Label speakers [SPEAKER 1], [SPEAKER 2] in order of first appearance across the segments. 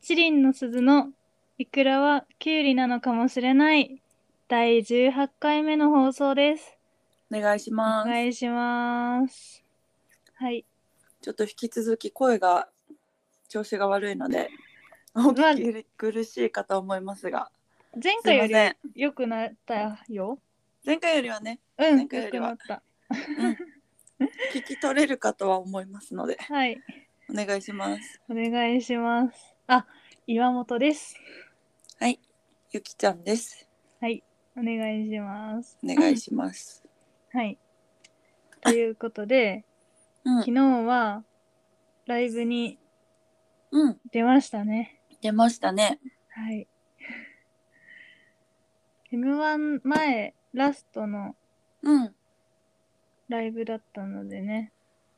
[SPEAKER 1] チリンの鈴のイクラはキュウリなのかもしれない第18回目の放送です。
[SPEAKER 2] お願いし
[SPEAKER 1] お
[SPEAKER 2] ます。
[SPEAKER 1] 願いします。はい。
[SPEAKER 2] ちょっと引き続き声が調子が悪いので、お聞き苦しいかと思いますが、
[SPEAKER 1] 前
[SPEAKER 2] す
[SPEAKER 1] 回
[SPEAKER 2] い
[SPEAKER 1] よ
[SPEAKER 2] ま
[SPEAKER 1] り
[SPEAKER 2] せん。
[SPEAKER 1] 良くなったよ。
[SPEAKER 2] 前回よりはね、
[SPEAKER 1] うん、
[SPEAKER 2] 前回よりは
[SPEAKER 1] 良くなった。
[SPEAKER 2] 聞き取れるかとは思いますので、
[SPEAKER 1] はい。
[SPEAKER 2] お願いします。
[SPEAKER 1] お願いします。あ、岩本です。
[SPEAKER 2] ゆきちゃんです。
[SPEAKER 1] お願いします。
[SPEAKER 2] お願いします。
[SPEAKER 1] はい。ということで、
[SPEAKER 2] うん
[SPEAKER 1] 昨、日はライブに
[SPEAKER 2] うん、
[SPEAKER 1] 出ましたね。
[SPEAKER 2] 出ましたね。
[SPEAKER 1] はい。M1 前ラストの
[SPEAKER 2] うん、
[SPEAKER 1] ライブだったのでね。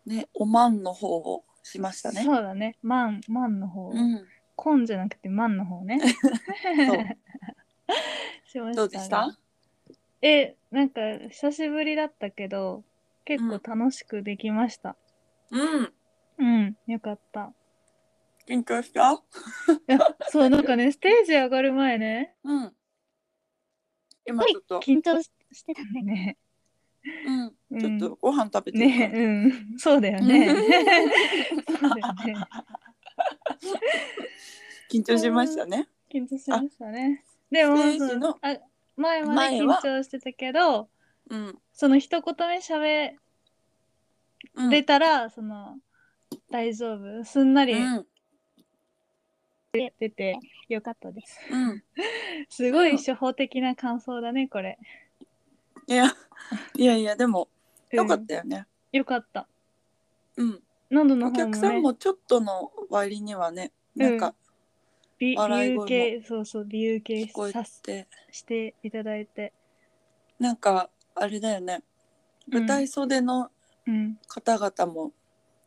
[SPEAKER 2] ね、おまんの方をしましたね。
[SPEAKER 1] そうだね。マン、マンの方。
[SPEAKER 2] うん、
[SPEAKER 1] コンじゃなくてマンの方ね。しましたが
[SPEAKER 2] どう でした？
[SPEAKER 1] え、なんか久しぶりだったけど、結構楽しくできました。
[SPEAKER 2] うん、
[SPEAKER 1] うん、よかった。
[SPEAKER 2] 緊張した？
[SPEAKER 1] いや、そう、なんかね、ステージ上がる前ね、
[SPEAKER 2] うん。今ちょっと、
[SPEAKER 1] 緊張ししてたんだよね。
[SPEAKER 2] うん、
[SPEAKER 1] うん
[SPEAKER 2] ちょっとご飯食べてるから
[SPEAKER 1] ね、うん、そうだよ ね。そうだよね。
[SPEAKER 2] 緊張しましたね。
[SPEAKER 1] 緊張しましたね。でも、
[SPEAKER 2] ステー
[SPEAKER 1] そ
[SPEAKER 2] ジ
[SPEAKER 1] の
[SPEAKER 2] の
[SPEAKER 1] あ前はね、
[SPEAKER 2] 前
[SPEAKER 1] 緊
[SPEAKER 2] は
[SPEAKER 1] 張してたけど、
[SPEAKER 2] うん。
[SPEAKER 1] その一言目喋
[SPEAKER 2] うん
[SPEAKER 1] れたら、その、大丈夫。すんなり
[SPEAKER 2] うん。
[SPEAKER 1] 出て、よかったです。
[SPEAKER 2] うん。
[SPEAKER 1] すごい初歩的な感想だね、これ。
[SPEAKER 2] いや、 いやいや、でも、
[SPEAKER 1] うん
[SPEAKER 2] よかったよね。
[SPEAKER 1] よかった。
[SPEAKER 2] うん。
[SPEAKER 1] 喉の
[SPEAKER 2] お
[SPEAKER 1] 方も
[SPEAKER 2] 客さん
[SPEAKER 1] ね、
[SPEAKER 2] もちょっとの割にはね、
[SPEAKER 1] う
[SPEAKER 2] なんんか
[SPEAKER 1] 美
[SPEAKER 2] 笑い
[SPEAKER 1] 有
[SPEAKER 2] 声も
[SPEAKER 1] 形、そうそう、美有形
[SPEAKER 2] 聞こえ
[SPEAKER 1] させ
[SPEAKER 2] て、
[SPEAKER 1] していただいて。
[SPEAKER 2] なんか、あれだよね。
[SPEAKER 1] うん
[SPEAKER 2] 舞台袖の
[SPEAKER 1] うん。
[SPEAKER 2] 方々も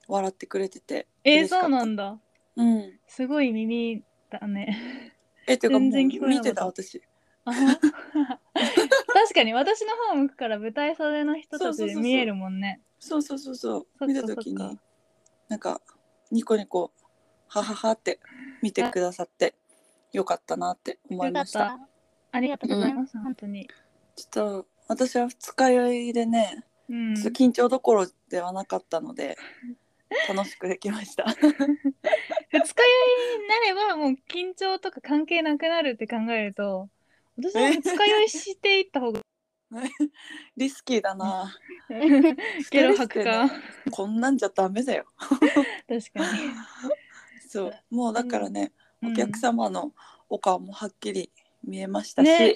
[SPEAKER 2] 笑ってくれてて。
[SPEAKER 1] え
[SPEAKER 2] 嬉
[SPEAKER 1] ー、
[SPEAKER 2] しかった
[SPEAKER 1] そうなんだ。
[SPEAKER 2] うん。
[SPEAKER 1] すごい耳だね。
[SPEAKER 2] え、てかもう
[SPEAKER 1] 全然聞こえなか
[SPEAKER 2] 見
[SPEAKER 1] った
[SPEAKER 2] てた私。
[SPEAKER 1] あは確かに私の方向くから舞台袖の人た
[SPEAKER 2] そうそうそう
[SPEAKER 1] ち
[SPEAKER 2] そう
[SPEAKER 1] 見えるもんね。
[SPEAKER 2] そうそうそうそう。
[SPEAKER 1] そっか
[SPEAKER 2] 見
[SPEAKER 1] そったか
[SPEAKER 2] 時に、なんか、ニコニコ、はははって見てくださって、よかったなって思いました。
[SPEAKER 1] よかった。ありがとうございます、本当に。
[SPEAKER 2] ちょっと私は二日酔いでね、
[SPEAKER 1] うん。
[SPEAKER 2] ちょっと緊張どころではなかったので、楽しくできま した。
[SPEAKER 1] 二日酔いになればもう緊張とか関係なくなるって考えると私は二日酔いしていった 方が
[SPEAKER 2] リスキーだな。
[SPEAKER 1] ゲロ吐くか、
[SPEAKER 2] 二人してねこんなんじゃダメだよ。
[SPEAKER 1] 確かに、
[SPEAKER 2] そう、もうだからね、
[SPEAKER 1] うん
[SPEAKER 2] お客様のお顔もはっきり見えましたし、
[SPEAKER 1] ね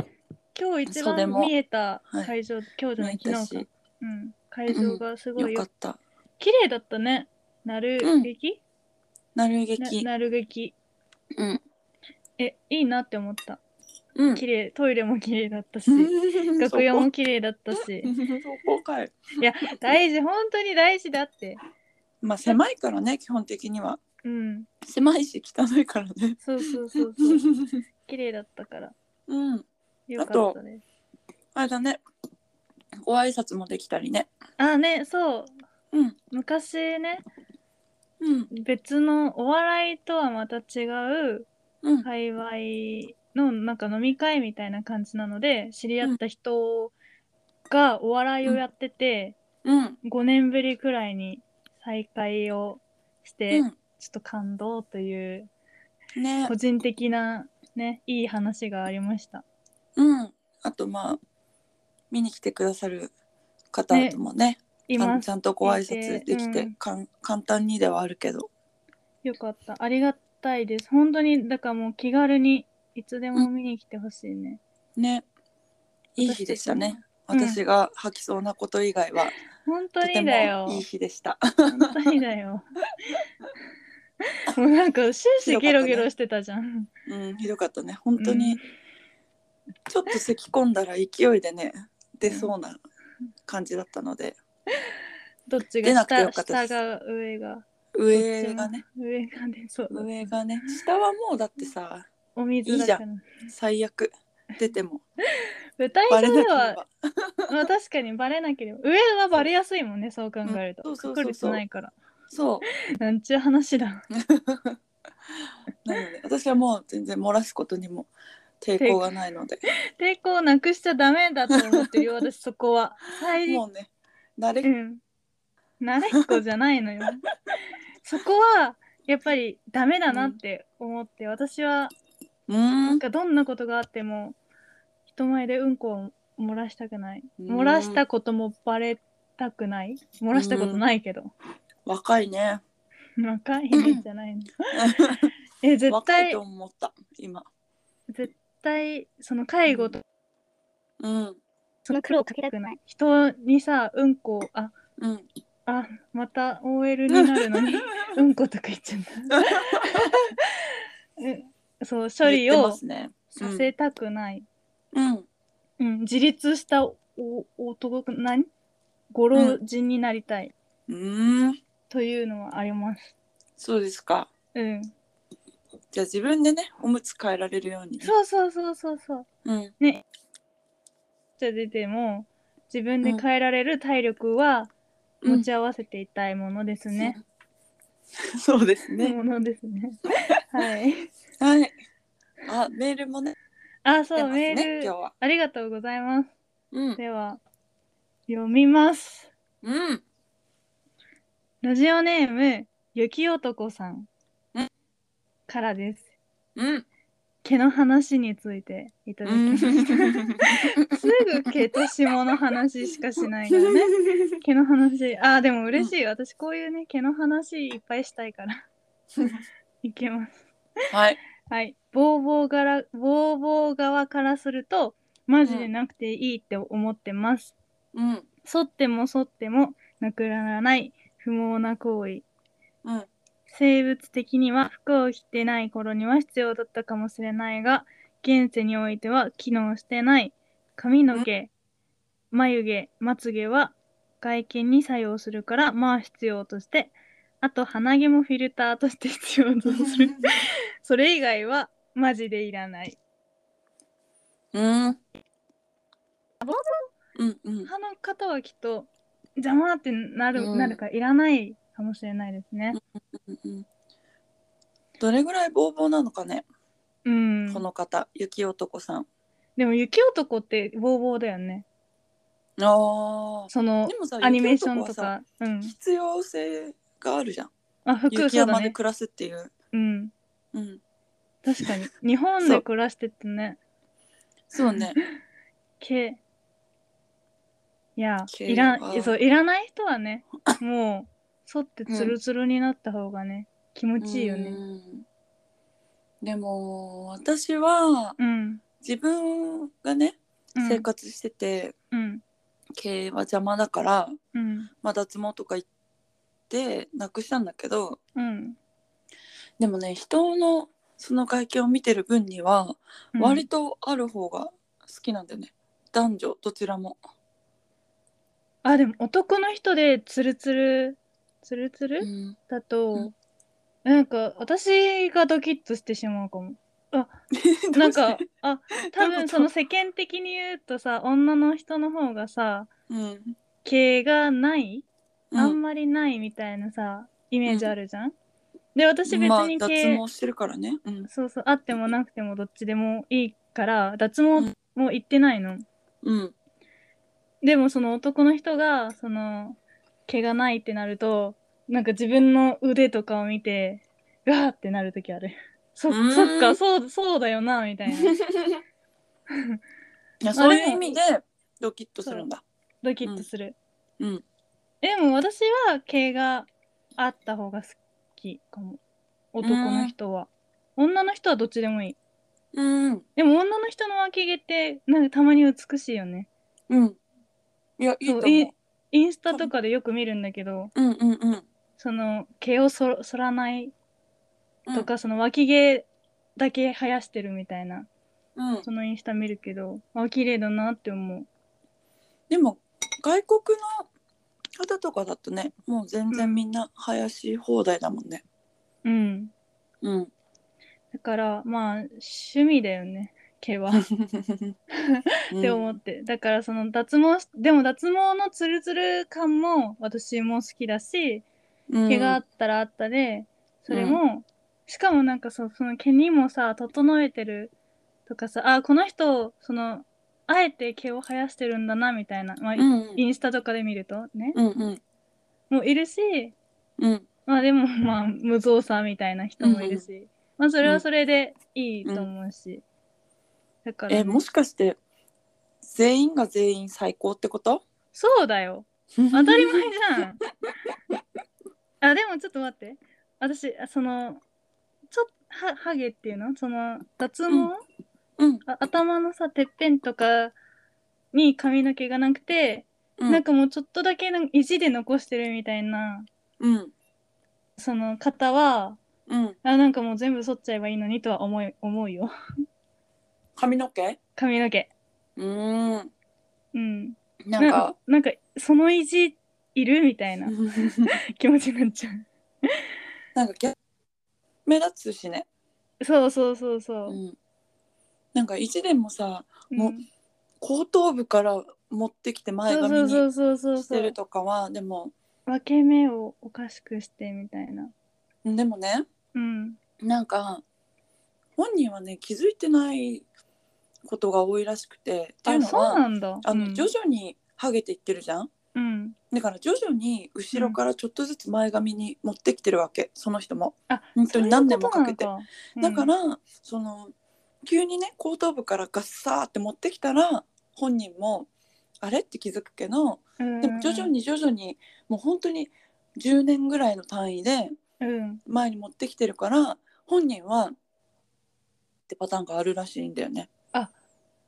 [SPEAKER 1] 今日一
[SPEAKER 2] 袖
[SPEAKER 1] 番
[SPEAKER 2] も
[SPEAKER 1] 見えた
[SPEAKER 2] はい
[SPEAKER 1] 会場、今日じゃない
[SPEAKER 2] 見えた
[SPEAKER 1] 昨
[SPEAKER 2] し
[SPEAKER 1] 日か、うん、会場がすごい
[SPEAKER 2] よ
[SPEAKER 1] よ、
[SPEAKER 2] かった。
[SPEAKER 1] 綺麗だったねなる劇、
[SPEAKER 2] なる
[SPEAKER 1] な
[SPEAKER 2] 劇、
[SPEAKER 1] なる劇
[SPEAKER 2] うん、
[SPEAKER 1] えいいなって思った
[SPEAKER 2] うん。
[SPEAKER 1] 綺麗トイレも綺麗だったし楽屋も綺麗だったし
[SPEAKER 2] そこ そこかい。
[SPEAKER 1] いや大事本当に大事だって
[SPEAKER 2] まあ狭いからね、基本的には
[SPEAKER 1] うん
[SPEAKER 2] 狭いし汚いからね。
[SPEAKER 1] そうそうそうそう綺麗だったから
[SPEAKER 2] うん、
[SPEAKER 1] よかったです
[SPEAKER 2] あれだね。ご挨拶もできたりね。
[SPEAKER 1] あねそう
[SPEAKER 2] うん、
[SPEAKER 1] 昔ね
[SPEAKER 2] うん、
[SPEAKER 1] 別のお笑いとはまた違う
[SPEAKER 2] うん。
[SPEAKER 1] 界隈のなんか飲み会みたいな感じなので知り合った人がお笑いをやってて、
[SPEAKER 2] うん。
[SPEAKER 1] 5年ぶりくらいに再会をして、ちょっと感動という
[SPEAKER 2] うん、ね
[SPEAKER 1] 個、人的なねいい話がありました。
[SPEAKER 2] うん。あとまあ見に来てくださる方ともね、ちゃ
[SPEAKER 1] 今
[SPEAKER 2] んちゃんとご挨拶できて、
[SPEAKER 1] うん
[SPEAKER 2] かん簡単にではあるけど、
[SPEAKER 1] よかったありがたいです本当にだからもう気軽にいつでも見に来てほしいね。
[SPEAKER 2] ね、いい日でしたね。
[SPEAKER 1] うん
[SPEAKER 2] 私が吐きそうなこと 以外は、
[SPEAKER 1] 本当
[SPEAKER 2] とて
[SPEAKER 1] にだよ
[SPEAKER 2] も。いい日でした。
[SPEAKER 1] 本当にだよ。もうなんか終始ゲロゲロしてたじゃん。
[SPEAKER 2] うん、ひどかったね。本当に、ちょっと咳き込んだら勢いでね、出そうな感じだったので、
[SPEAKER 1] どっち
[SPEAKER 2] 出
[SPEAKER 1] が
[SPEAKER 2] なくて
[SPEAKER 1] 下
[SPEAKER 2] よかった
[SPEAKER 1] 下
[SPEAKER 2] です
[SPEAKER 1] が上が
[SPEAKER 2] 上がね、
[SPEAKER 1] 上がねそうだ
[SPEAKER 2] 上がね、下はもうだってさ、
[SPEAKER 1] お水だから
[SPEAKER 2] 最悪出ても
[SPEAKER 1] 舞台
[SPEAKER 2] バレな
[SPEAKER 1] 上
[SPEAKER 2] け
[SPEAKER 1] で
[SPEAKER 2] れ
[SPEAKER 1] は
[SPEAKER 2] ば。
[SPEAKER 1] まあ確かにバレなければ上はバレやすいもんねそう考えると、
[SPEAKER 2] うんそうそうそうそう
[SPEAKER 1] 確率ないから
[SPEAKER 2] そう。
[SPEAKER 1] なんちゅう話だ
[SPEAKER 2] なので私はもう全然漏らすことにも抵抗がないので
[SPEAKER 1] 抵抗なくしちゃダメだと思ってるよ私そこ は最
[SPEAKER 2] もうね慣れ、
[SPEAKER 1] うん慣れっこじゃないのよ そこはやっぱりダメだなって思って、私は
[SPEAKER 2] う
[SPEAKER 1] なんんかどんなことがあっても人前でうんこを漏らしたくない
[SPEAKER 2] うん
[SPEAKER 1] 漏らしたこともバレたくない漏らしたことないけど、
[SPEAKER 2] 若いね
[SPEAKER 1] 若いねじゃ ないのえ絶
[SPEAKER 2] 若い
[SPEAKER 1] 対
[SPEAKER 2] と思った今
[SPEAKER 1] 絶対その介護と
[SPEAKER 2] うん
[SPEAKER 1] その苦労をかけたくない人にさうんこあ
[SPEAKER 2] うん
[SPEAKER 1] あまた OL になるの にうんことか言っちゃった、うんそう処理
[SPEAKER 2] 言って
[SPEAKER 1] を
[SPEAKER 2] ますね
[SPEAKER 1] させたくない、
[SPEAKER 2] うん
[SPEAKER 1] うん自立したお男何ご老人になりたい、
[SPEAKER 2] うん
[SPEAKER 1] というのはあります
[SPEAKER 2] そうですか
[SPEAKER 1] うん
[SPEAKER 2] じゃあ自分でねおむつ変えられるようにね
[SPEAKER 1] そうそうそうそうそう
[SPEAKER 2] うん
[SPEAKER 1] じゃ出ても自分で変えられる体力は持ち合わせていたいものですね、
[SPEAKER 2] そうですね
[SPEAKER 1] ものです ねはい
[SPEAKER 2] はいあメールもね
[SPEAKER 1] あ
[SPEAKER 2] 出
[SPEAKER 1] そう、
[SPEAKER 2] ます
[SPEAKER 1] メ
[SPEAKER 2] ね
[SPEAKER 1] ー
[SPEAKER 2] 今
[SPEAKER 1] ル
[SPEAKER 2] 日は
[SPEAKER 1] ありがとうございます
[SPEAKER 2] うん
[SPEAKER 1] では読みます
[SPEAKER 2] うん
[SPEAKER 1] ラジオネーム雪男さん
[SPEAKER 2] うん
[SPEAKER 1] からです
[SPEAKER 2] うん
[SPEAKER 1] 毛の話についていただきましたすぐ毛と霜の話しかし ないからね毛の話あーでも嬉しい、私こういうね毛の話いっぱいしたいから いけます
[SPEAKER 2] はい
[SPEAKER 1] はいボーボー柄ボーボー側からするとマジでなくていいって思ってます、
[SPEAKER 2] うん
[SPEAKER 1] 剃っても剃ってもなくならない不毛な行為
[SPEAKER 2] うん
[SPEAKER 1] 生物的には服を着てない頃には必要だったかもしれないが現世においては機能してない髪の毛眉毛まつげは外見に作用するからまあ必要としてあと鼻毛もフィルターとして必要とす るそれ以外はマジでいらない
[SPEAKER 2] うんうんうん
[SPEAKER 1] 他の方はきっと邪魔ってなる,、
[SPEAKER 2] うん
[SPEAKER 1] なるからいらないかもしれないですね
[SPEAKER 2] うんうんどれぐらいボーボーなのかね、
[SPEAKER 1] うん
[SPEAKER 2] この方雪男さん
[SPEAKER 1] でも雪男ってボーボーだよね
[SPEAKER 2] あー
[SPEAKER 1] その
[SPEAKER 2] でもさ
[SPEAKER 1] アニメーションと
[SPEAKER 2] 雪男はさ
[SPEAKER 1] か、うん、
[SPEAKER 2] 必要性があるじゃん
[SPEAKER 1] あ服
[SPEAKER 2] 雪
[SPEAKER 1] そうだ
[SPEAKER 2] 山で
[SPEAKER 1] ね、
[SPEAKER 2] 暮らすっていう
[SPEAKER 1] うん、
[SPEAKER 2] うん
[SPEAKER 1] 確かに日本
[SPEAKER 2] そ
[SPEAKER 1] で
[SPEAKER 2] う
[SPEAKER 1] 暮らしてってね
[SPEAKER 2] そうね
[SPEAKER 1] 毛いや
[SPEAKER 2] 毛
[SPEAKER 1] いら
[SPEAKER 2] は
[SPEAKER 1] そういらない人はねもう剃ってツルツルになった方がね、気持ちいいよね
[SPEAKER 2] うんでも私は
[SPEAKER 1] うん
[SPEAKER 2] 自分がね
[SPEAKER 1] うん
[SPEAKER 2] 生活してて、
[SPEAKER 1] うん
[SPEAKER 2] 毛は邪魔だから、
[SPEAKER 1] うん
[SPEAKER 2] まあ、脱毛とか行ってなくしたんだけど
[SPEAKER 1] うん
[SPEAKER 2] でもね人のその外見を見てる分には
[SPEAKER 1] うん
[SPEAKER 2] 割とある方が好きなんだよね、男女どちらも
[SPEAKER 1] あでも男の人でツルツルツルツル
[SPEAKER 2] ん、
[SPEAKER 1] だと、
[SPEAKER 2] うん
[SPEAKER 1] なんか私がドキッとしてしまうかも なんかあ多
[SPEAKER 2] どういうこ
[SPEAKER 1] 分
[SPEAKER 2] と
[SPEAKER 1] その世間的に言うとさ女の人の方がさ
[SPEAKER 2] うん、
[SPEAKER 1] 毛がないあん
[SPEAKER 2] ま
[SPEAKER 1] まりないみたいなさ、イメージあるじゃん、で私別
[SPEAKER 2] まあ
[SPEAKER 1] に
[SPEAKER 2] 脱
[SPEAKER 1] 毛、
[SPEAKER 2] 毛してるからね、うん
[SPEAKER 1] そうそうあってもなくてもどっちでもいいから脱毛も行ってないの、
[SPEAKER 2] うん、
[SPEAKER 1] でもその男の人がその毛がないってなるとなんか自分の腕とかを見てうわーってなる時あるそ
[SPEAKER 2] ーん
[SPEAKER 1] そっかそうそうだよなみたいな
[SPEAKER 2] いやそういう意味でドキッとするんだ
[SPEAKER 1] ドキッとする、
[SPEAKER 2] うん
[SPEAKER 1] でも私は毛があった方が好きかも男の人は女の人はどっちでもいい
[SPEAKER 2] うん
[SPEAKER 1] でも女の人の脇毛ってなんかたまに美しいよね
[SPEAKER 2] うんいやいいと
[SPEAKER 1] そ
[SPEAKER 2] 思
[SPEAKER 1] う
[SPEAKER 2] う
[SPEAKER 1] いインスタとかでよく見るんだけど
[SPEAKER 2] うんうんうん
[SPEAKER 1] その毛をそろ剃らない
[SPEAKER 2] うん
[SPEAKER 1] とか、その脇毛だけ生やしてるみたいな
[SPEAKER 2] うん
[SPEAKER 1] そ、のインスタ見るけどあ綺麗だなって思
[SPEAKER 2] でも外国の方とかだとねもう全然みんな生やし放題だもんね
[SPEAKER 1] ううん
[SPEAKER 2] うん
[SPEAKER 1] だからまあ趣味だよね毛 はって思って、だからその脱毛しでも脱毛のツルツル感も私も好きだし
[SPEAKER 2] うん
[SPEAKER 1] 毛があったらあったでそれもしかもなんかそうその毛にもさ整えてるとかさあこの人そのあえて毛を生やしてるんだなみたいな、まあ
[SPEAKER 2] うんうん
[SPEAKER 1] インスタとかで見るとね、
[SPEAKER 2] うんうん
[SPEAKER 1] もういるし
[SPEAKER 2] うん
[SPEAKER 1] まあでもまあ無造作みたいな人もいるし、まあそれはそれでいいと思うし、だからね、
[SPEAKER 2] えもしかして全員が全員最高ってこと
[SPEAKER 1] そうだよ
[SPEAKER 2] 当
[SPEAKER 1] 当たり前じゃんあでもちょっと待って私あそのちょっとはハゲっていうのその脱毛、
[SPEAKER 2] うんうん
[SPEAKER 1] あ頭のさてっぺんとかに髪の毛がなくて、
[SPEAKER 2] うん
[SPEAKER 1] なんかもうちょっとだけなんか意地で残してるみたいな
[SPEAKER 2] うん
[SPEAKER 1] その方は
[SPEAKER 2] うん
[SPEAKER 1] あなんかもう全部剃っちゃえばいいのにとは思い思うよ
[SPEAKER 2] 髪の毛
[SPEAKER 1] 髪の毛
[SPEAKER 2] うーん
[SPEAKER 1] うん
[SPEAKER 2] なんか
[SPEAKER 1] なんかその意地いるみたいな気持ちになっちゃう
[SPEAKER 2] なんか逆目立つしね、
[SPEAKER 1] そうそうそうそうう、
[SPEAKER 2] ん、なんか一年もさ
[SPEAKER 1] うん
[SPEAKER 2] もう後頭部から持ってきて前
[SPEAKER 1] そう
[SPEAKER 2] 髪
[SPEAKER 1] そうそ
[SPEAKER 2] に
[SPEAKER 1] うそうそう
[SPEAKER 2] して
[SPEAKER 1] そ
[SPEAKER 2] る
[SPEAKER 1] う
[SPEAKER 2] とかはでも
[SPEAKER 1] 分け目をおかしくしてみたいな
[SPEAKER 2] でもね
[SPEAKER 1] うん
[SPEAKER 2] なんか本人はね気づいてないことが多いらしくてっていう
[SPEAKER 1] あ
[SPEAKER 2] の
[SPEAKER 1] そう
[SPEAKER 2] は
[SPEAKER 1] なんだ
[SPEAKER 2] あ
[SPEAKER 1] う
[SPEAKER 2] の
[SPEAKER 1] ん
[SPEAKER 2] 徐々にハゲていってるじゃん
[SPEAKER 1] うん
[SPEAKER 2] だから徐々に後ろからちょっとずつ前髪に持ってきてるわけその人も
[SPEAKER 1] あ
[SPEAKER 2] 本当に何年もかけて
[SPEAKER 1] そういうことな
[SPEAKER 2] だ
[SPEAKER 1] の
[SPEAKER 2] か
[SPEAKER 1] か、
[SPEAKER 2] ら、その急にね後頭部からガッサーって持ってきたら本人もあれって気づくけど
[SPEAKER 1] うん
[SPEAKER 2] でも徐々、に徐々にもう本当に10年ぐらいの単位で
[SPEAKER 1] うん、
[SPEAKER 2] 前に持ってきてるから本人はってパターンがあるらしいんだよね。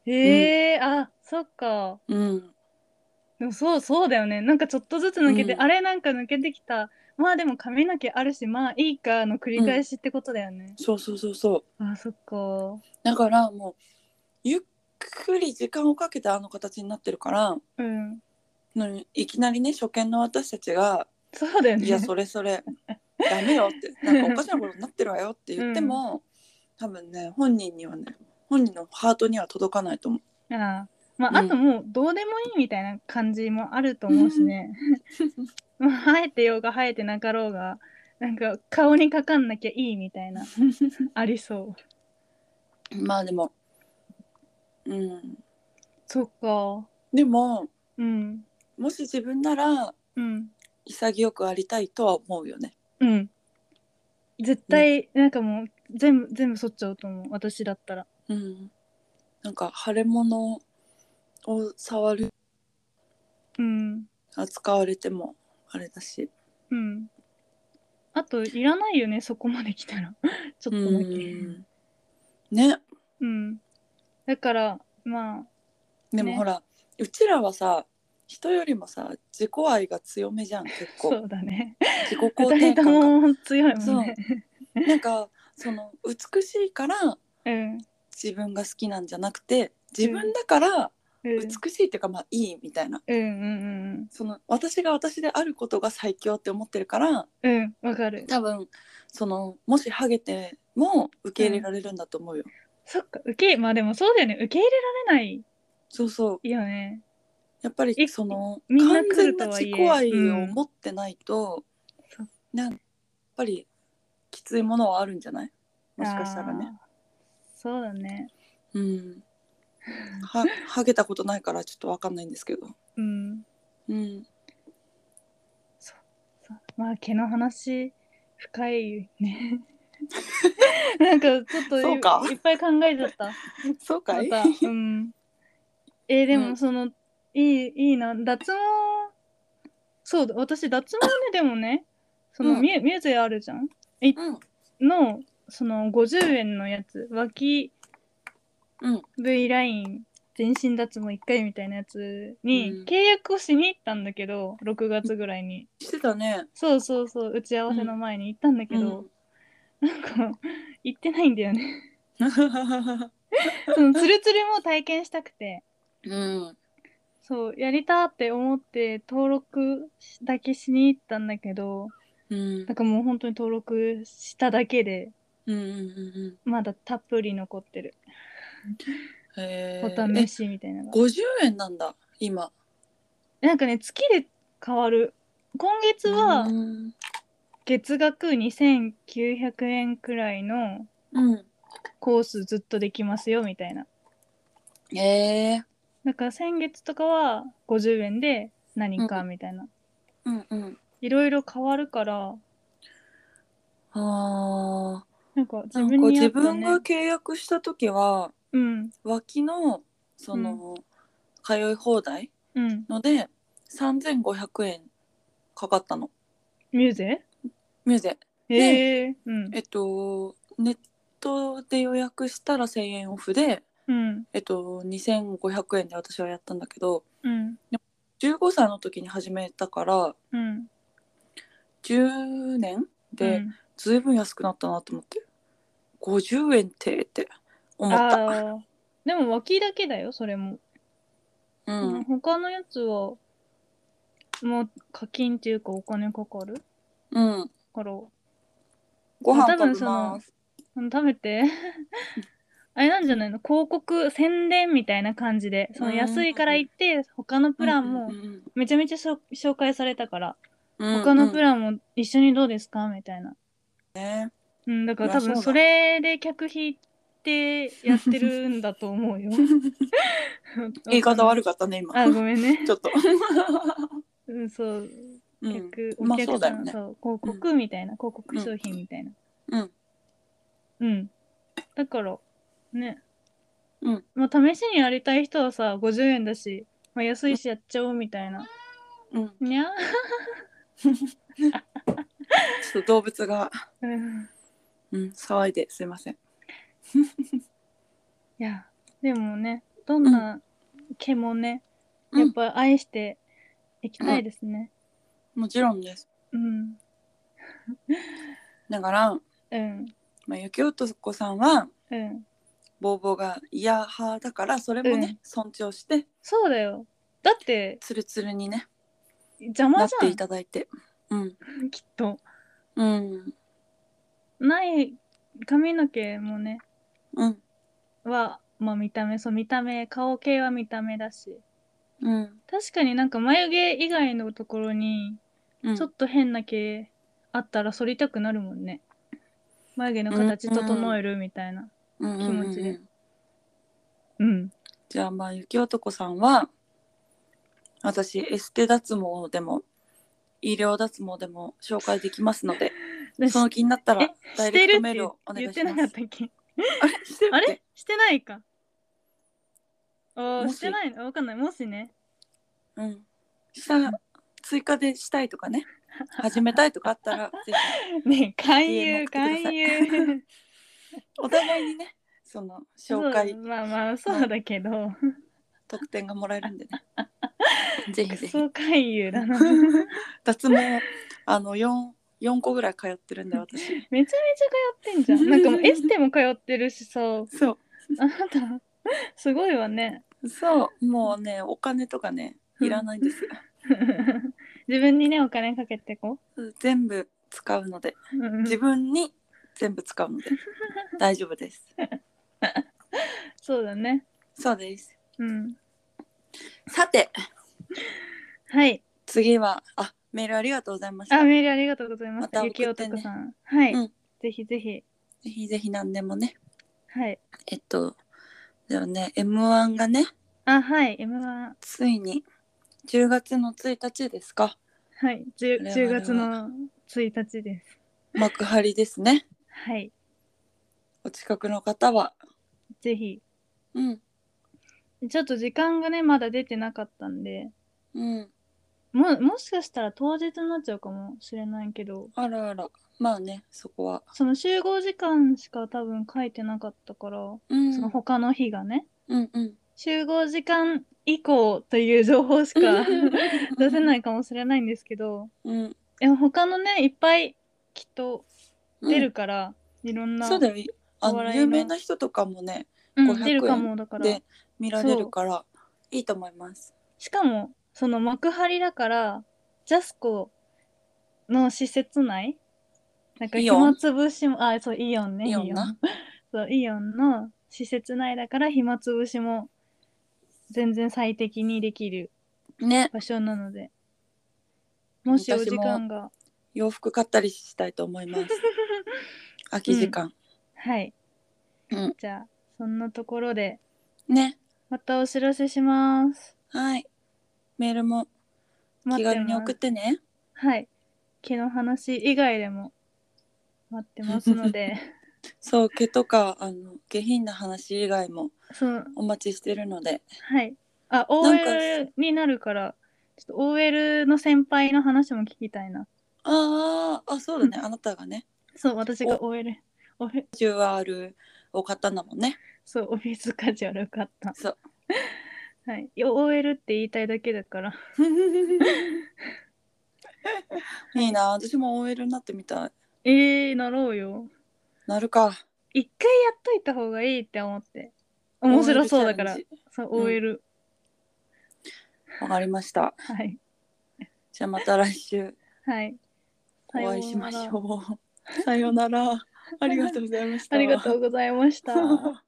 [SPEAKER 1] へえ、あそっか
[SPEAKER 2] うん、
[SPEAKER 1] でもそうそうだよねなんかちょっとずつ抜けて、
[SPEAKER 2] うん
[SPEAKER 1] あれなんか抜けてきたまあでも髪の毛あるしまあいいかの繰り返しってことだよね、
[SPEAKER 2] そうそうそうそう
[SPEAKER 1] あそっか
[SPEAKER 2] だからもうゆっくり時間をかけてあの形になってるから
[SPEAKER 1] うん
[SPEAKER 2] のいきなりね初見の私たち が
[SPEAKER 1] そうだよね
[SPEAKER 2] いやそれそれダメよってなんかおかしなことになってるわよって言っても、多分ね本人にはね本人のハートには届かないと思う
[SPEAKER 1] ああまあ、
[SPEAKER 2] うん
[SPEAKER 1] あともうどうでもいいみたいな感じもあると思うし ね。まあ生えてようが生えてなかろうがなんか顔にかかんなきゃいいみたいなありそう。
[SPEAKER 2] まあでもうん
[SPEAKER 1] そっか。
[SPEAKER 2] でも
[SPEAKER 1] うん
[SPEAKER 2] もし自分なら
[SPEAKER 1] うん
[SPEAKER 2] 潔くありたいとは思うよね
[SPEAKER 1] うん。絶対なんかもう全部全部剃っちゃうと思う私だったら。
[SPEAKER 2] うんなんか腫れ物を触る
[SPEAKER 1] うん
[SPEAKER 2] 扱われてもあれだし
[SPEAKER 1] うん。あといらないよねそこまで来たら ちょっとだけ。
[SPEAKER 2] うんね
[SPEAKER 1] うん。だからまあ
[SPEAKER 2] でも
[SPEAKER 1] ね
[SPEAKER 2] ほら、うちらはさ人よりもさ自己愛が強めじゃん結
[SPEAKER 1] そ
[SPEAKER 2] 構
[SPEAKER 1] うだね。
[SPEAKER 2] 自己肯
[SPEAKER 1] 二
[SPEAKER 2] 定
[SPEAKER 1] 人と
[SPEAKER 2] 感が
[SPEAKER 1] も強いもんね。
[SPEAKER 2] なんかその美しいから
[SPEAKER 1] うん。
[SPEAKER 2] 自分が好きなんじゃなくて自分だから
[SPEAKER 1] うん
[SPEAKER 2] 美しいっていうか、まあいいみたいな
[SPEAKER 1] うんうん
[SPEAKER 2] その私が私であることが最強って思ってるから
[SPEAKER 1] うんうんわかる
[SPEAKER 2] 多分そのもしハゲても受け入れられるんだと思うよ、
[SPEAKER 1] そっか受けまあでもそうだよね受け入れられない
[SPEAKER 2] そうそう
[SPEAKER 1] よね
[SPEAKER 2] やっぱり
[SPEAKER 1] え
[SPEAKER 2] その
[SPEAKER 1] みんな
[SPEAKER 2] 完
[SPEAKER 1] 来
[SPEAKER 2] 全
[SPEAKER 1] る
[SPEAKER 2] な
[SPEAKER 1] とは
[SPEAKER 2] 自
[SPEAKER 1] いえ
[SPEAKER 2] 己愛を持ってないと、
[SPEAKER 1] うん
[SPEAKER 2] なんやっぱりきついものはあるんじゃないもしかしたらね。
[SPEAKER 1] あーそうだね
[SPEAKER 2] うん、はハゲたことないからちょっとわかんないんですけど。
[SPEAKER 1] うん
[SPEAKER 2] うん、
[SPEAKER 1] そうまあ毛の話深い ねなんかちょっとい
[SPEAKER 2] そうか
[SPEAKER 1] いっぱい考えちゃった
[SPEAKER 2] そうかい、
[SPEAKER 1] またうんえーで
[SPEAKER 2] うん
[SPEAKER 1] もその、いいいいな脱毛そうだ私脱毛ねでもねその、
[SPEAKER 2] うん
[SPEAKER 1] ミュミューゼあるじゃん
[SPEAKER 2] うん
[SPEAKER 1] のその50円のやつ脇
[SPEAKER 2] うん
[SPEAKER 1] V ライン全身脱毛1回みたいなやつ
[SPEAKER 2] うん
[SPEAKER 1] に契約をしに行ったんだけど、6月ぐらいに
[SPEAKER 2] してたね。
[SPEAKER 1] そうそうそう打ち合わせの前に行ったんだけど、なんか行ってないんだよね
[SPEAKER 2] う
[SPEAKER 1] そのツルツルも体験したくて
[SPEAKER 2] ん、
[SPEAKER 1] そうやりたって思って登録だけしに行ったんだけど
[SPEAKER 2] うん
[SPEAKER 1] なんかもう本当に登録しただけで
[SPEAKER 2] うんうんうん
[SPEAKER 1] まだたっぷり残ってる
[SPEAKER 2] うん。へ
[SPEAKER 1] お
[SPEAKER 2] ー
[SPEAKER 1] 試
[SPEAKER 2] え、
[SPEAKER 1] しみたいなのが
[SPEAKER 2] 五十円なんだ今。
[SPEAKER 1] なんかね月で変わる今月は
[SPEAKER 2] うん
[SPEAKER 1] 月額2900円くらいの
[SPEAKER 2] うん。
[SPEAKER 1] コースずっとできますよみたいな
[SPEAKER 2] えー。
[SPEAKER 1] だから先月とかは50円で何かみたいな
[SPEAKER 2] うんうん。
[SPEAKER 1] いろいろ変わるから
[SPEAKER 2] あ
[SPEAKER 1] なんか
[SPEAKER 2] あ。
[SPEAKER 1] 自
[SPEAKER 2] な
[SPEAKER 1] 分
[SPEAKER 2] んか
[SPEAKER 1] に合
[SPEAKER 2] 自
[SPEAKER 1] った
[SPEAKER 2] 分
[SPEAKER 1] ね
[SPEAKER 2] が契約した時は
[SPEAKER 1] うん
[SPEAKER 2] 脇のその、通い放題
[SPEAKER 1] うん
[SPEAKER 2] ので3500円かかったの
[SPEAKER 1] ミューゼ
[SPEAKER 2] ミューゼ
[SPEAKER 1] へえうん
[SPEAKER 2] えっとネットで予約したら1000円オフで、
[SPEAKER 1] うん
[SPEAKER 2] えっと、2500円で私はやったんだけど
[SPEAKER 1] うん
[SPEAKER 2] 15歳の時に始めたから
[SPEAKER 1] うん
[SPEAKER 2] 10年
[SPEAKER 1] う
[SPEAKER 2] で
[SPEAKER 1] ん
[SPEAKER 2] ずいぶん安くなったなと思って50円ってって思った、
[SPEAKER 1] あーでも脇だけだよそれも、う
[SPEAKER 2] う
[SPEAKER 1] んん、他のやつはもう課金っていうかお金かかる
[SPEAKER 2] うん、
[SPEAKER 1] から
[SPEAKER 2] ご
[SPEAKER 1] まあ多
[SPEAKER 2] 飯
[SPEAKER 1] 分
[SPEAKER 2] 食べます
[SPEAKER 1] うん食べて あれなんじゃないの広告宣伝みたいな感じでその
[SPEAKER 2] うん
[SPEAKER 1] 安いから行って他のプランも
[SPEAKER 2] うんうんうん
[SPEAKER 1] めちゃめちゃしょ紹介されたから
[SPEAKER 2] うん
[SPEAKER 1] 他のプ
[SPEAKER 2] ン、
[SPEAKER 1] ランも一緒にどうですかみたいな、
[SPEAKER 2] ね
[SPEAKER 1] うん、だから多
[SPEAKER 2] うわ
[SPEAKER 1] 分
[SPEAKER 2] そ
[SPEAKER 1] そう
[SPEAKER 2] だ
[SPEAKER 1] れで客引いてやってるんだと思うよ
[SPEAKER 2] 言い方
[SPEAKER 1] い
[SPEAKER 2] 悪かったね今
[SPEAKER 1] あごめんね
[SPEAKER 2] ち ょっと、
[SPEAKER 1] うん、そう、
[SPEAKER 2] うん
[SPEAKER 1] 客、お
[SPEAKER 2] まあ
[SPEAKER 1] 客
[SPEAKER 2] そうだよね
[SPEAKER 1] そう、広告みたいな、広告商品みたいな。
[SPEAKER 2] うん
[SPEAKER 1] うん。だから、ね。
[SPEAKER 2] うん
[SPEAKER 1] まあ、試しにやりたい人はさ、50円だし、まあ、安いしやっちゃおうみたいな。
[SPEAKER 2] うん、ち
[SPEAKER 1] にゃ
[SPEAKER 2] ょっと動物が、
[SPEAKER 1] うん。
[SPEAKER 2] うん、騒いですいません
[SPEAKER 1] いや、でもね、どんな毛もね、やっぱ愛していきたいですね。
[SPEAKER 2] もちろんです
[SPEAKER 1] うん。
[SPEAKER 2] だから、
[SPEAKER 1] うん。
[SPEAKER 2] まあ、雪男さんは
[SPEAKER 1] うん。
[SPEAKER 2] ボーボーが嫌派だからそれもね、
[SPEAKER 1] うん
[SPEAKER 2] 尊重して
[SPEAKER 1] そうだよ。だって、
[SPEAKER 2] ツルツルにね
[SPEAKER 1] 邪
[SPEAKER 2] な
[SPEAKER 1] 魔
[SPEAKER 2] っ
[SPEAKER 1] じゃ
[SPEAKER 2] て
[SPEAKER 1] ん
[SPEAKER 2] い。ただいてうん
[SPEAKER 1] きっと。
[SPEAKER 2] うん
[SPEAKER 1] ない、髪の毛もね、
[SPEAKER 2] うん
[SPEAKER 1] は、まあ見た目、そう見た目、顔系は見た目だし。
[SPEAKER 2] うん
[SPEAKER 1] 確かになんか眉毛以外のところに、
[SPEAKER 2] うん
[SPEAKER 1] ちょっと変な毛あったら剃りたくなるもんね。眉毛の形整えるみたいな。
[SPEAKER 2] うん
[SPEAKER 1] 気持ち
[SPEAKER 2] うん
[SPEAKER 1] でう
[SPEAKER 2] うんうん
[SPEAKER 1] ん。
[SPEAKER 2] じゃあまあ雪男さんは私エステ脱毛でも医療脱毛でも紹介できますので
[SPEAKER 1] で
[SPEAKER 2] その気になったら
[SPEAKER 1] え
[SPEAKER 2] ダイ
[SPEAKER 1] し
[SPEAKER 2] レ
[SPEAKER 1] て
[SPEAKER 2] ク
[SPEAKER 1] るっ
[SPEAKER 2] トメー
[SPEAKER 1] て
[SPEAKER 2] ルをお
[SPEAKER 1] 言
[SPEAKER 2] 願い
[SPEAKER 1] っ
[SPEAKER 2] してま
[SPEAKER 1] なかっ
[SPEAKER 2] す
[SPEAKER 1] たっけ
[SPEAKER 2] あれしてる
[SPEAKER 1] あ
[SPEAKER 2] っ
[SPEAKER 1] れ
[SPEAKER 2] け
[SPEAKER 1] してないか。あ
[SPEAKER 2] も
[SPEAKER 1] ー
[SPEAKER 2] し
[SPEAKER 1] してないのわかんない。もしね。
[SPEAKER 2] うんした追加でしたいとかね始めたいとかあった らぜひ
[SPEAKER 1] ねえ勧
[SPEAKER 2] DM
[SPEAKER 1] 誘、
[SPEAKER 2] 送ってください
[SPEAKER 1] 勧誘。
[SPEAKER 2] お互いにねその 紹
[SPEAKER 1] そ
[SPEAKER 2] 介
[SPEAKER 1] うまあまあ、そうだけど。
[SPEAKER 2] 特典がもらえるんで ねぜひ
[SPEAKER 1] ク
[SPEAKER 2] ぜひ
[SPEAKER 1] ソ勧誘だな。
[SPEAKER 2] 脱毛あの 4, 4個ぐらい通ってるんで私
[SPEAKER 1] めちゃめちゃ通ってんじゃん。なんか もうエステも通ってるしさ、
[SPEAKER 2] そ
[SPEAKER 1] あなた、すごいわね。
[SPEAKER 2] うそうもうねお金とかねいらないんです
[SPEAKER 1] 自分にね、お金かけてこ
[SPEAKER 2] 全部使うので
[SPEAKER 1] う。うん
[SPEAKER 2] 自分に全部使うので大丈夫です
[SPEAKER 1] そうだね。
[SPEAKER 2] そうです
[SPEAKER 1] うん。
[SPEAKER 2] さて
[SPEAKER 1] はい。
[SPEAKER 2] 次はあメールありがとうございました
[SPEAKER 1] あ、
[SPEAKER 2] ぜ
[SPEAKER 1] メールありがとうございまし
[SPEAKER 2] ま
[SPEAKER 1] た。
[SPEAKER 2] た送
[SPEAKER 1] ゆ
[SPEAKER 2] って
[SPEAKER 1] き
[SPEAKER 2] ね
[SPEAKER 1] おとこさん。はい。
[SPEAKER 2] うん
[SPEAKER 1] ぜひぜひ。
[SPEAKER 2] ひぜひ何でもね
[SPEAKER 1] はい。
[SPEAKER 2] えっとでもね m 1がね
[SPEAKER 1] あ、はい。M1。
[SPEAKER 2] ついに10月の1日ですか
[SPEAKER 1] はい。10,
[SPEAKER 2] これは
[SPEAKER 1] 10月の1日です。
[SPEAKER 2] 幕張ですね
[SPEAKER 1] はい。
[SPEAKER 2] お近くの方は
[SPEAKER 1] ぜひ。
[SPEAKER 2] うん
[SPEAKER 1] ちょっと時間がね、まだ出てなかったんで、
[SPEAKER 2] うん
[SPEAKER 1] も、もしかしたら当日になっちゃうかもしれないけど、
[SPEAKER 2] あらあらまあねそこは
[SPEAKER 1] その集合時間しか多分書いてなかったから、
[SPEAKER 2] うん
[SPEAKER 1] その他の日がね、
[SPEAKER 2] うんうん
[SPEAKER 1] 集合時間以降という情報しか出せないかもしれないんですけど、
[SPEAKER 2] うん
[SPEAKER 1] いや他のね、いっぱいきっと
[SPEAKER 2] うん
[SPEAKER 1] 出るから、いろんな、
[SPEAKER 2] そうだよあ
[SPEAKER 1] お
[SPEAKER 2] の
[SPEAKER 1] 笑いの
[SPEAKER 2] 有名な人とかもね
[SPEAKER 1] うん
[SPEAKER 2] 500
[SPEAKER 1] 出るかもだから
[SPEAKER 2] で、見られるからいいと思います
[SPEAKER 1] しかも、その幕張だから、ジャスコの施設内なんか
[SPEAKER 2] イオン
[SPEAKER 1] 暇つぶしも、あ、そう、イオンね。
[SPEAKER 2] イオンな
[SPEAKER 1] そう、イオンの施設内だから暇つぶしも全然最適にできる
[SPEAKER 2] ね
[SPEAKER 1] 場所なので、もしお時間が
[SPEAKER 2] 洋服買ったりしたいと思 います空き時間、
[SPEAKER 1] はい。
[SPEAKER 2] うん
[SPEAKER 1] じゃあ、そんなところで、
[SPEAKER 2] ね
[SPEAKER 1] またお知らせします。
[SPEAKER 2] はいメールも
[SPEAKER 1] 待
[SPEAKER 2] 気
[SPEAKER 1] って
[SPEAKER 2] 軽に
[SPEAKER 1] ま
[SPEAKER 2] 送っ
[SPEAKER 1] す。
[SPEAKER 2] てね
[SPEAKER 1] はい。毛の話以外でも待ってますので、
[SPEAKER 2] そう毛とかあの下品な話以外も
[SPEAKER 1] そう、
[SPEAKER 2] お待ちしてるので
[SPEAKER 1] はい。あ、
[SPEAKER 2] なんか
[SPEAKER 1] OL になるから、ちょっと OL の先輩の話も聞きたいな。
[SPEAKER 2] あーあそうだ ねあなたがね
[SPEAKER 1] そう、私が OL、オフィ
[SPEAKER 2] ジュアルを買ったんだも んね
[SPEAKER 1] そう、オフィスカジュアル買った。
[SPEAKER 2] そう
[SPEAKER 1] はい。いや OL って言いたいだけだから。
[SPEAKER 2] いいな私も OL になってみたい
[SPEAKER 1] えー、なろうよ。
[SPEAKER 2] なるか
[SPEAKER 1] 一回やっといた方がいいって思って。面白そうだから
[SPEAKER 2] OL チャレン。
[SPEAKER 1] そう、OL。
[SPEAKER 2] ジわかりました
[SPEAKER 1] はい。
[SPEAKER 2] じゃあまた来週
[SPEAKER 1] はい。
[SPEAKER 2] お会いしまし
[SPEAKER 1] さようなら
[SPEAKER 2] ょうさようならありがとうございました
[SPEAKER 1] ありがとうございました。